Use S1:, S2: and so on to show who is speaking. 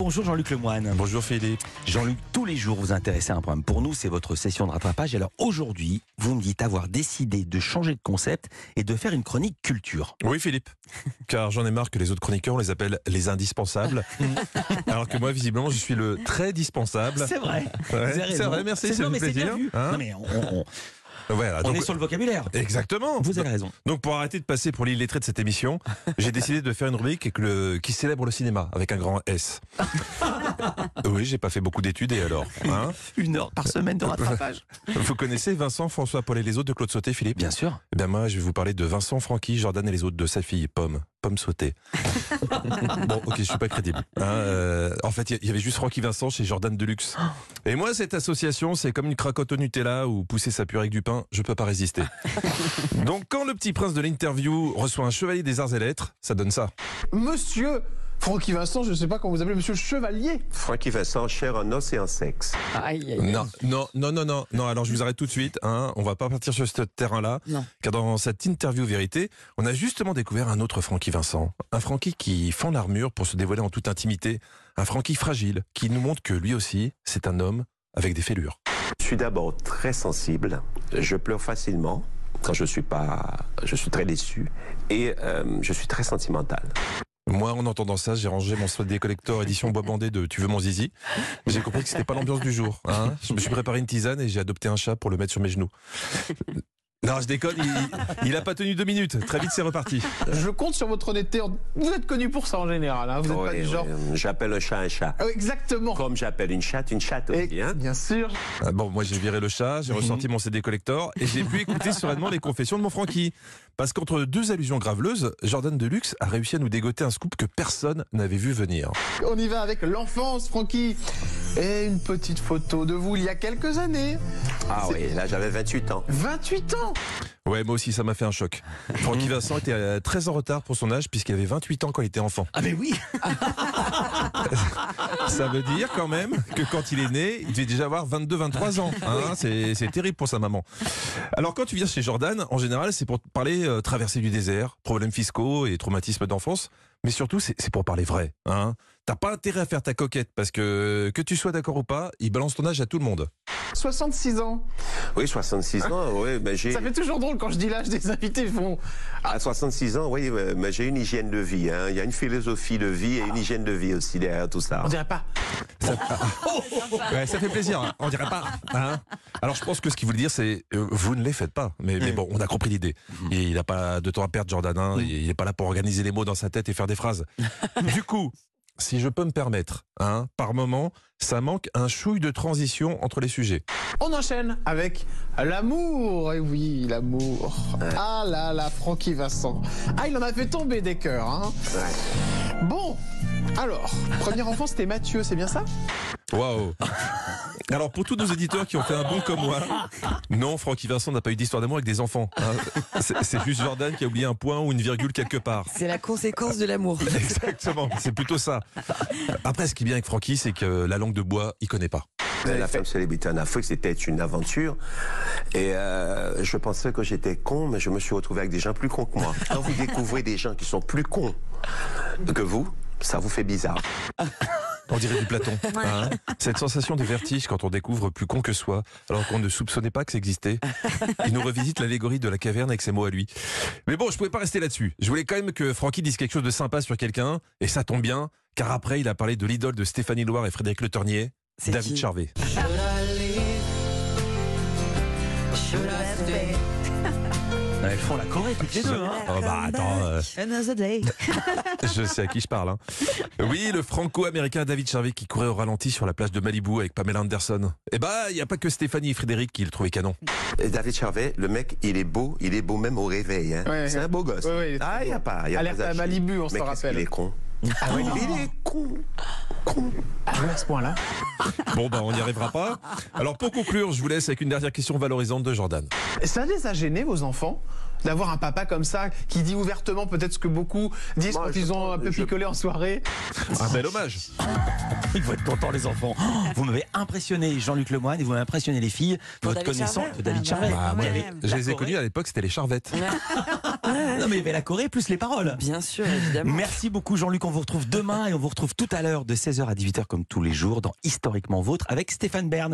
S1: Bonjour Jean-Luc Lemoine.
S2: Bonjour Philippe.
S1: Jean-Luc, tous les jours vous intéressez à un problème. Pour nous, c'est votre session de rattrapage. Alors aujourd'hui, vous me dites avoir décidé de changer de concept et de faire une chronique culture.
S2: Oui Philippe, car j'en ai marre que les autres chroniqueurs, on les appelle les indispensables. Alors que moi, visiblement, je suis le très dispensable.
S1: C'est vrai.
S2: Bah.
S1: Vous avez
S2: Ouais, c'est
S1: raison.
S2: vrai, merci,
S1: C'est-
S2: ça
S1: non,
S2: fait
S1: mais c'est
S2: plaisir.
S1: bien vu.
S2: Hein
S1: Non, mais on, on- on-
S2: Voilà,
S1: on
S2: donc-
S1: est sur le vocabulaire.
S2: Exactement.
S1: Vous avez raison.
S2: Donc pour arrêter de passer pour l'illettré de cette émission, j'ai décidé de faire une rubrique avec le- qui célèbre le cinéma avec un grand S. Oui, j'ai pas fait beaucoup d'études et alors hein
S1: Une heure par semaine de rattrapage.
S2: Vous connaissez Vincent, François, Paul et les autres de Claude Sauté, Philippe
S1: Bien sûr.
S2: Eh Ben moi, je vais vous parler de Vincent, Francky, Jordan et les autres de sa fille, Pomme. Pomme sautée. bon, ok, je suis pas crédible. hein, euh, en fait, il y- il y avait juste Francky Vincent chez Jordan Deluxe. Et moi, cette association, c'est comme une cracotte au Nutella ou pousser sa purée avec du pain, je peux pas résister. Donc, quand le petit prince de l'interview reçoit un chevalier des arts et lettres, ça donne ça.
S3: Monsieur Francky Vincent, je ne sais pas comment vous appelez, Monsieur le Chevalier.
S4: Francky Vincent, cher en os et en sexe.
S5: Aïe, aïe, aïe.
S2: Non, non, non, non, non, non. Alors, je vous arrête tout de suite. Hein, on va pas partir sur ce terrain-là,
S5: Non.
S2: car dans cette interview vérité, on a justement découvert un autre Francky Vincent, un Francky qui fend l'armure pour se dévoiler en toute intimité, un Francky fragile qui nous montre que lui aussi, c'est un homme avec des fêlures.
S4: Je suis d'abord très sensible. Je pleure facilement quand je suis pas. Je suis très déçu. Et euh, je suis très sentimental.
S2: Moi, en entendant ça, j'ai rangé mon Swat des collecteurs édition bois bandé de Tu veux mon zizi. J'ai compris que c'était pas l'ambiance du jour. hein. Je me suis préparé une tisane et j'ai adopté un chat pour le mettre sur mes genoux. Non, je déconne, il, il a pas tenu deux minutes. Très vite, c'est reparti.
S4: Euh.
S3: Je compte sur votre honnêteté. en- Vous êtes connu pour ça en général, hein, vous n'êtes pas
S4: Ouais,
S3: du genre.
S4: ouais, euh, J'appelle un chat un chat.
S3: Ah oui, exactement.
S4: Comme j'appelle une chatte une chatte
S3: Et-
S4: aussi. hein.
S3: bien sûr.
S2: Ah Bon, moi j'ai viré le chat, j'ai ressorti mon CD collector et j'ai pu écouter sereinement les confessions de mon Francky. Parce qu'entre deux allusions graveleuses, Jordan Deluxe a réussi à nous dégoter un scoop que personne n'avait vu venir.
S3: On y va avec l'enfance, Francky. Et une petite photo de vous il y a quelques années.
S4: Ah oui, là j'avais 28 ans.
S3: 28 ans
S2: Ouais, moi aussi ça m'a fait un choc. Francky Vincent était euh, très en retard pour son âge puisqu'il avait 28 ans quand il était enfant.
S1: Ah mais oui.
S2: Ça veut dire quand même que quand il est né, il devait déjà avoir 22-23 ans. hein. c'est c'est terrible pour sa maman. Alors quand tu viens chez Jordan, en général, c'est pour te parler euh, traversée du désert, problèmes fiscaux et traumatismes d'enfance. Mais surtout, c'est c'est pour parler vrai. Hein. T'as pas intérêt à faire ta coquette parce que que tu sois d'accord ou pas, il balance ton âge à tout le monde.
S3: 66 ans.
S4: Oui, 66 ans. Oui, mais j'ai.
S3: Ah. Ça fait toujours drôle quand je dis l'âge des invités. ils font
S4: À 66 ans, oui, euh, mais j'ai une hygiène de vie. hein. Il y a une philosophie de vie et une hygiène de vie aussi derrière tout ça.
S3: On dirait pas.
S2: Ouais, ça fait plaisir, hein. on dirait pas. hein. Alors je pense que ce qu'il voulait dire, c'est euh, vous ne les faites pas. Mais, mais bon, on a compris l'idée. Et il n'a pas de temps à perdre, Jordan. hein. Il n'est pas là pour organiser les mots dans sa tête et faire des phrases. du coup, si je peux me permettre, hein, par moment, ça manque un chouille de transition entre les sujets.
S3: On enchaîne avec l'amour. Et oui, l'amour. Ah là là, Francky Vincent. Ah, il en a fait tomber des cœurs. Hein. Bon, alors, premier enfant, c'était Mathieu, c'est bien ça
S2: Waouh Alors pour tous nos éditeurs qui ont fait un bon comme moi, non, Francky Vincent n'a pas eu d'histoire d'amour avec des enfants. hein. C'est c'est juste Jordan qui a oublié un point ou une virgule quelque part.
S5: C'est la conséquence de l'amour.
S2: Exactement, c'est plutôt ça. Après, ce qui est bien avec Francky, c'est que la langue de bois, il connaît pas.
S4: La femme célébrité en Afrique, c'était une aventure. Et euh, je pensais que j'étais con, mais je me suis retrouvé avec des gens plus cons que moi. Quand vous découvrez des gens qui sont plus cons que vous, ça vous fait bizarre.
S2: On dirait du Platon. hein. Cette sensation de vertige quand on découvre plus con que soi, alors qu'on ne soupçonnait pas que ça existait. Il nous revisite l'allégorie de la caverne avec ses mots à lui. Mais bon, je pouvais pas rester là-dessus. Je voulais quand même que Francky dise quelque chose de sympa sur quelqu'un, et ça tombe bien, car après, il a parlé de l'idole de Stéphanie Loire et Frédéric Le Leternier,
S5: C'est
S2: David
S5: qui
S2: Charvet.
S1: Elles font la Corée toutes les deux. hein.
S2: Oh bah attends, euh,
S5: Another day.
S2: Je sais à qui je parle. hein. Oui, le franco-américain David Charvet qui courait au ralenti sur la plage de Malibu avec Pamela Anderson. Eh bah, il n'y a pas que Stéphanie et Frédéric qui le trouvaient canon.
S4: Et David Charvet, le mec, il est beau, il est beau même au réveil. hein.
S3: Ouais,
S4: c'est
S3: ouais.
S4: un beau gosse.
S3: Ouais, ouais, il est très
S4: ah, il n'y a
S3: beau.
S4: pas. y a
S3: Alerte
S4: pas
S3: à
S4: chier.
S3: Malibu, on
S4: Mais
S3: s'en
S4: qu'est-ce
S3: rappelle.
S4: qu'il est con. Ah, Il est con.
S3: Ah ouais, à ce point-là.
S2: Bon, bah, on n'y arrivera pas. Alors, pour conclure, je vous laisse avec une dernière question valorisante de Jordan.
S3: Ça les a gênés, vos enfants D'avoir un papa comme ça, qui dit ouvertement peut-être ce que beaucoup disent
S4: Moi,
S3: quand
S4: je
S3: ils ont un peu
S4: pense- je-
S3: picolé en soirée.
S2: Un bel hommage.
S1: Ils vont être contents les enfants. Oh, vous m'avez impressionné Jean-Luc Lemoine et vous m'avez impressionné les filles.
S5: Pour
S1: votre
S5: David
S1: connaissance
S5: Charvet
S1: de David
S5: Ah, bah,
S1: Charvet.
S5: bah,
S2: moi,
S5: ouais.
S2: je les ai
S1: Corée.
S2: connus à l'époque, c'était les charvettes.
S1: Non, mais il y avait la Corée plus les paroles.
S5: Bien sûr, évidemment.
S1: Merci beaucoup Jean-Luc, on vous retrouve demain et on vous retrouve tout à l'heure de 16h à 18h comme tous les jours dans Historiquement Vôtre avec Stéphane Bern.